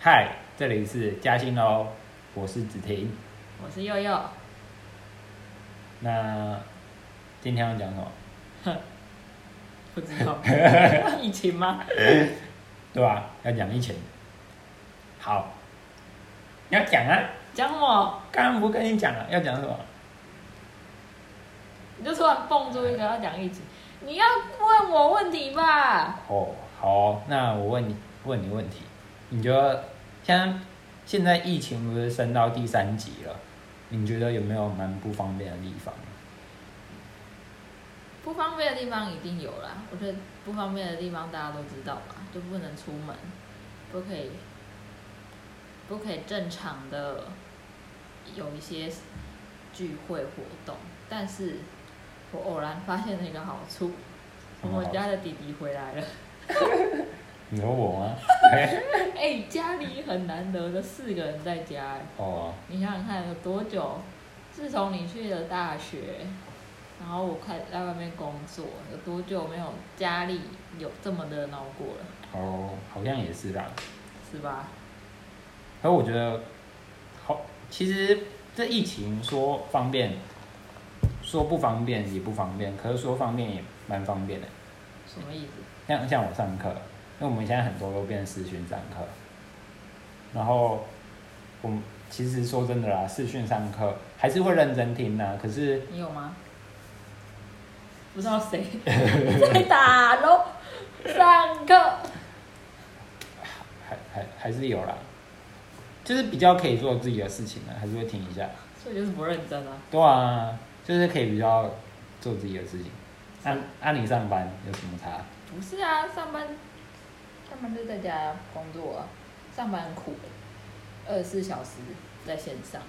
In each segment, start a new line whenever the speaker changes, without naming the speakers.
嗨，这里是嘉兴喽，我是子婷。
我是佑佑，
那今天要讲什么？
不知 道疫情吗？
对吧？要讲疫情。好，你要讲啊！
讲我，
刚刚不跟你讲了、要讲什么？
你就突然蹦出一个要讲疫情，你要问我问题吧？
哦，好哦那我问你问你问题，你觉得像现在疫情不是升到第三级了？你觉得有没有蛮不方便的地方？
不方便的地方一定有啦，我觉得不方便的地方大家都知道吧，就不能出门，不可以，不可以正常的有一些聚会活动。但是我偶然发现了一个好处，
什
我
么好
们
处
家的弟弟回来了。
你说我吗？
哎、家里很难得的四个人在家、哎
哦，
你想想看有多久？自从你去了大学，然后我开始在外面工作，有多久没有家里有这么热闹过了，
哦，好像也是啦。
是吧？
可我觉得，好，其实这疫情说方便，说不方便也不方便，可是说方便也蛮方便的。
什么意思？
像像我上课，因为我们现在很多都变视讯上课，然后我们其实说真的啦，视讯上课还是会认真听啦，可是
你有吗？不知道谁 在打喽，上课
还还还是有啦，就是比较可以做自己的事情呢，还是会听一下。
所以就是不认真啊。
对啊，就是可以比较做自己的事情。按、按、你上班有什么差？
不是啊，上班上班就在家工作啊，上班很苦的，二十四小时在线上，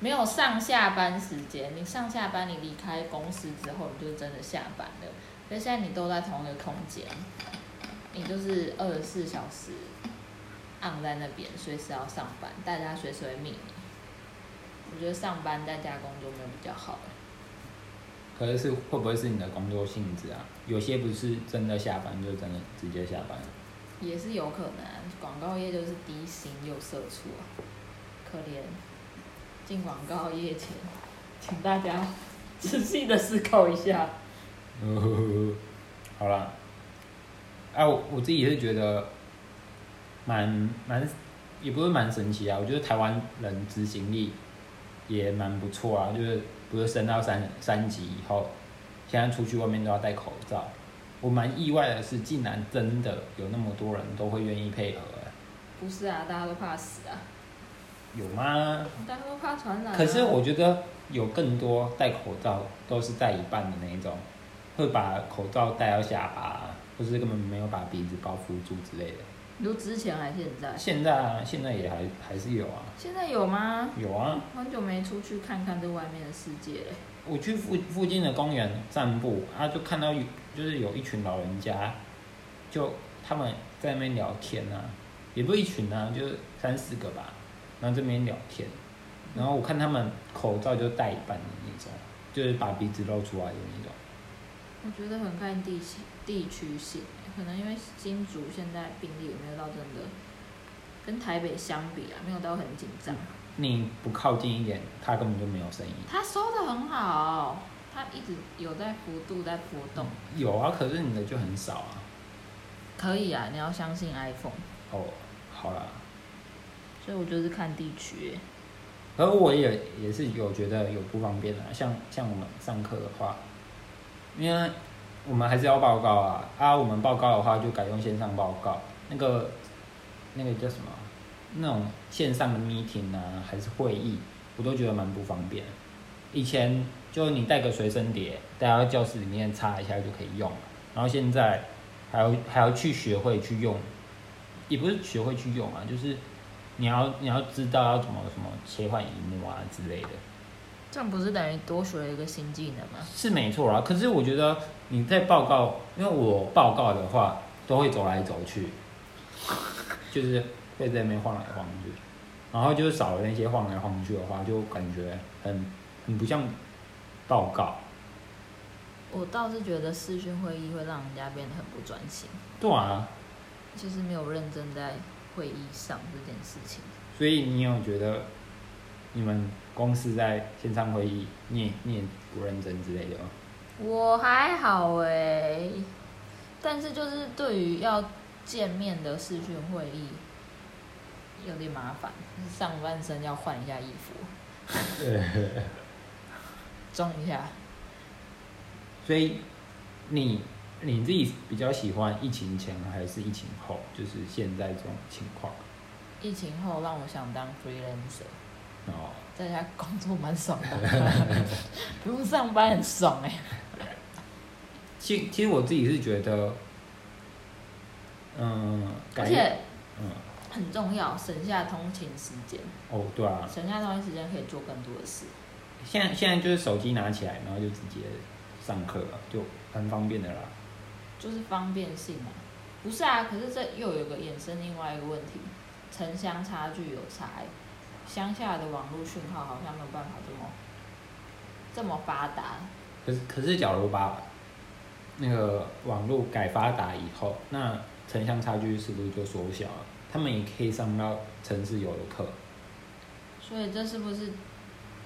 没有上下班时间。你上下班，你离开公司之后，你就真的下班了。可是现在你都在同一个空间，你就是二十四小时按在那边，随时要上班，大家随时会命你。我觉得上班在家工作没有比较好、
可是是会不会是你的工作性质啊？有些不是真的下班就真的直接下班，
也是有可能、啊，广告业就是低薪又社畜啊，可怜。进广告业前，请大家仔细的思考一下。
了。好啦，啊，我我自己是觉得蛮蛮也不是蛮神奇啊，我觉得台湾人执行力也蛮不错啊，就是不是升到三三级以后，现在出去外面都要戴口罩。我蛮意外的是，竟然真的有那么多人都会愿意配合、欸，
不是啊，大家都怕死啊，
有吗？
大家都怕传染、啊。
可是我觉得有更多戴口罩都是戴一半的那一种，会把口罩戴到下巴，啊或是根本没有把鼻子包覆住之类的。
你说之前还是现在？
现在啊，现在也还还是有啊，
现在有吗？
有啊。
很久没出去看看这外面的世界了。
我去附附近的公园散步啊，就看到有就是有一群老人家，就他们在那边聊天啊，也不是一群啊，就是三四个吧，然后这边聊天，然后我看他们口罩就戴一半的那种，就是把鼻子露出来的那种。
我觉得很看地形地区性，可能因为新竹现在病例也没有到真的跟台北相比啊，没有到很紧张。
你不靠近一点，它根本就没有声音。
他收的很好，他一直有在幅度在波动。
有啊，可是你的就很少啊。
可以啊，你要相信 iPhone。
哦，好啦，
所以我就是看地区欸，
而我也也是有觉得有不方便的、啊，像像我们上课的话，因为我们还是要报告啊啊，我们报告的话就改用线上报告，那个那个叫什么，啊那种线上的 meeting 啊，还是会议，我都觉得蛮不方便。以前就你带个随身碟，带到教室里面插一下就可以用了，然后现在还要还要去学会去用，也不是学会去用啊，就是你要你要知道要怎么什么切换荧幕啊之类的，
这样不是等于多学了一个新技能吗？
是没错啊啦。可是我觉得你在报告，因为我报告的话都会走来走去，就是会在那边晃来晃去，然后就少了那些晃来晃去的话，就感觉很很不像报告。
我倒是觉得视讯会议会让人家变得很不专心，
对啊，
就是没有认真在会议上这件事情。
所以你有觉得你们公司在线上会议，你也你也不认真之类的吗？
我还好哎、但是就是对于要见面的视讯会议有点麻烦，就是上半身要换一下衣服，装一下。
所以你你自己比较喜欢疫情前还是疫情后？就是现在这种情况
疫情后哦让我想当 freelancer，
哦。
在家工作蛮爽的， 不用上班很爽哎、
其其实我自己是觉得，嗯，
而
感觉
且
嗯，
很重要，省下通勤时间，
哦，对啊，
省下通勤时间可以做更多的事。
现在现在就是手机拿起来，然后就直接上课了，就很方便的啦。
就是方便性啊。不是啊，可是这又有一个衍生另外一个问题，城乡差距有差欸、乡下的网络讯号好像没有办法这么这么发达。
可是可是，假如把那个网络改发达以后，那城乡差距是不是就缩小了？他们也可以上到城市有的课。
所以这是不是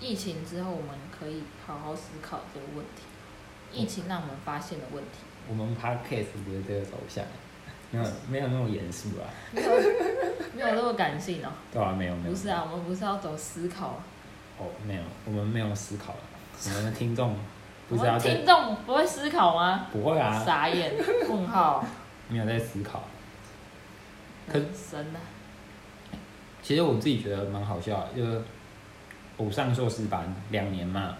疫情之后我们可以好好思考这个问题？疫情让我们发现的问题，
我们 podcast 不是这个走向，没有没有那么严肃啊，
没有没有那么 感性哦、
对吧、没有没有。
不是啊，我们不是要走思考，
哦，没有，我们没有思考了，我们的听众不
我
知道
们
在
听众不会思考吗？
不会啊，
傻眼，问号，
没有在思考。可
人生啊。
其实我自己觉得蛮好笑的，就是我上硕士班两年嘛，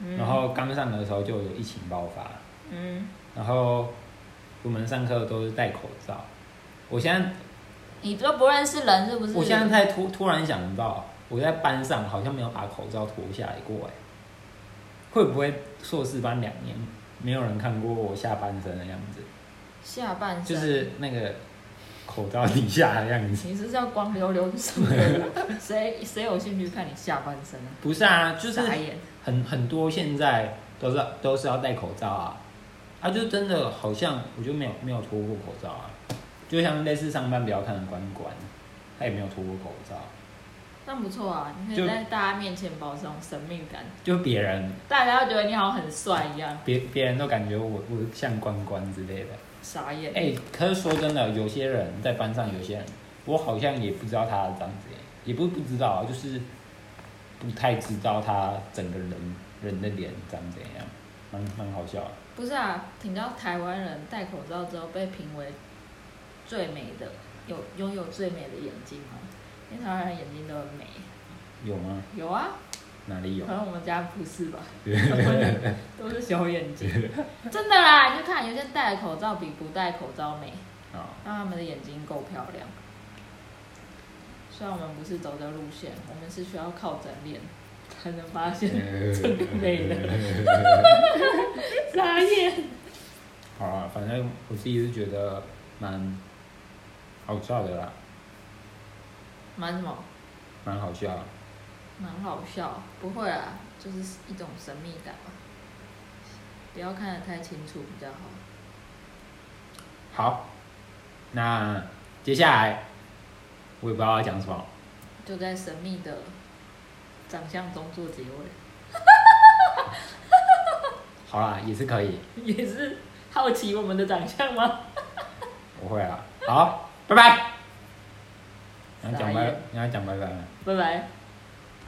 嗯
然后刚上的时候就有疫情爆发，
嗯，
然后我们上课都是戴口罩。我现在
你都不认识人是不是？
我现在才突突然想到，我在班上好像没有把口罩脱下来过哎，会不会硕士班两年没有人看过我下半身的样子，
下半身
就是那个口罩底下的样子？
你是不是要光溜溜什么？ 谁谁有兴趣看你下半身啊？
不是啊，就是
傻眼，
很很多现在都是都是要戴口罩啊，啊，就真的好像我就没有没有脱过口罩啊，就像类似上班不要看的关关，他也没有脱过口罩，
那不错啊，你可
就
以在大家面前保持这种神秘感，
就别人
大家会觉得你好像很帅一样。
别别人都感觉我我像关关之类的，
傻眼，
哎、可是说真的，有些人在班上，有些人我好像也不知道他的长怎样，也不是不知道啊，就是不太知道他整个人人的脸长怎样，蛮蛮好笑的。
不是啊，听到台湾人戴口罩之后被评为最美的，有拥有最美的眼睛吗？因为台湾人眼睛都很美。
有吗？
有啊，
哪里有
可？能我们家不是吧，都是小眼睛，真的啦，你就看有些戴了口罩比不戴口罩美，
啊、
让他们的眼睛够漂亮。虽然我们不是走的路线，我们是需要靠整脸才能发现这个美的。 傻眼，
好啊，反正我自己是觉得蛮好笑的啦，
蛮什么？
蛮好笑的。
蛮好笑，不会啦，就是一种神秘感吧。不要看得太清楚比较好。
好，那接下来我也不知道要讲什么，
就在神秘的长相中做结尾，
好啦，也是可以，
也是好奇我们的长相吗？
我会啦。好，拜拜。你要讲
傻
拜
眼，
你要讲拜拜吗？
拜拜。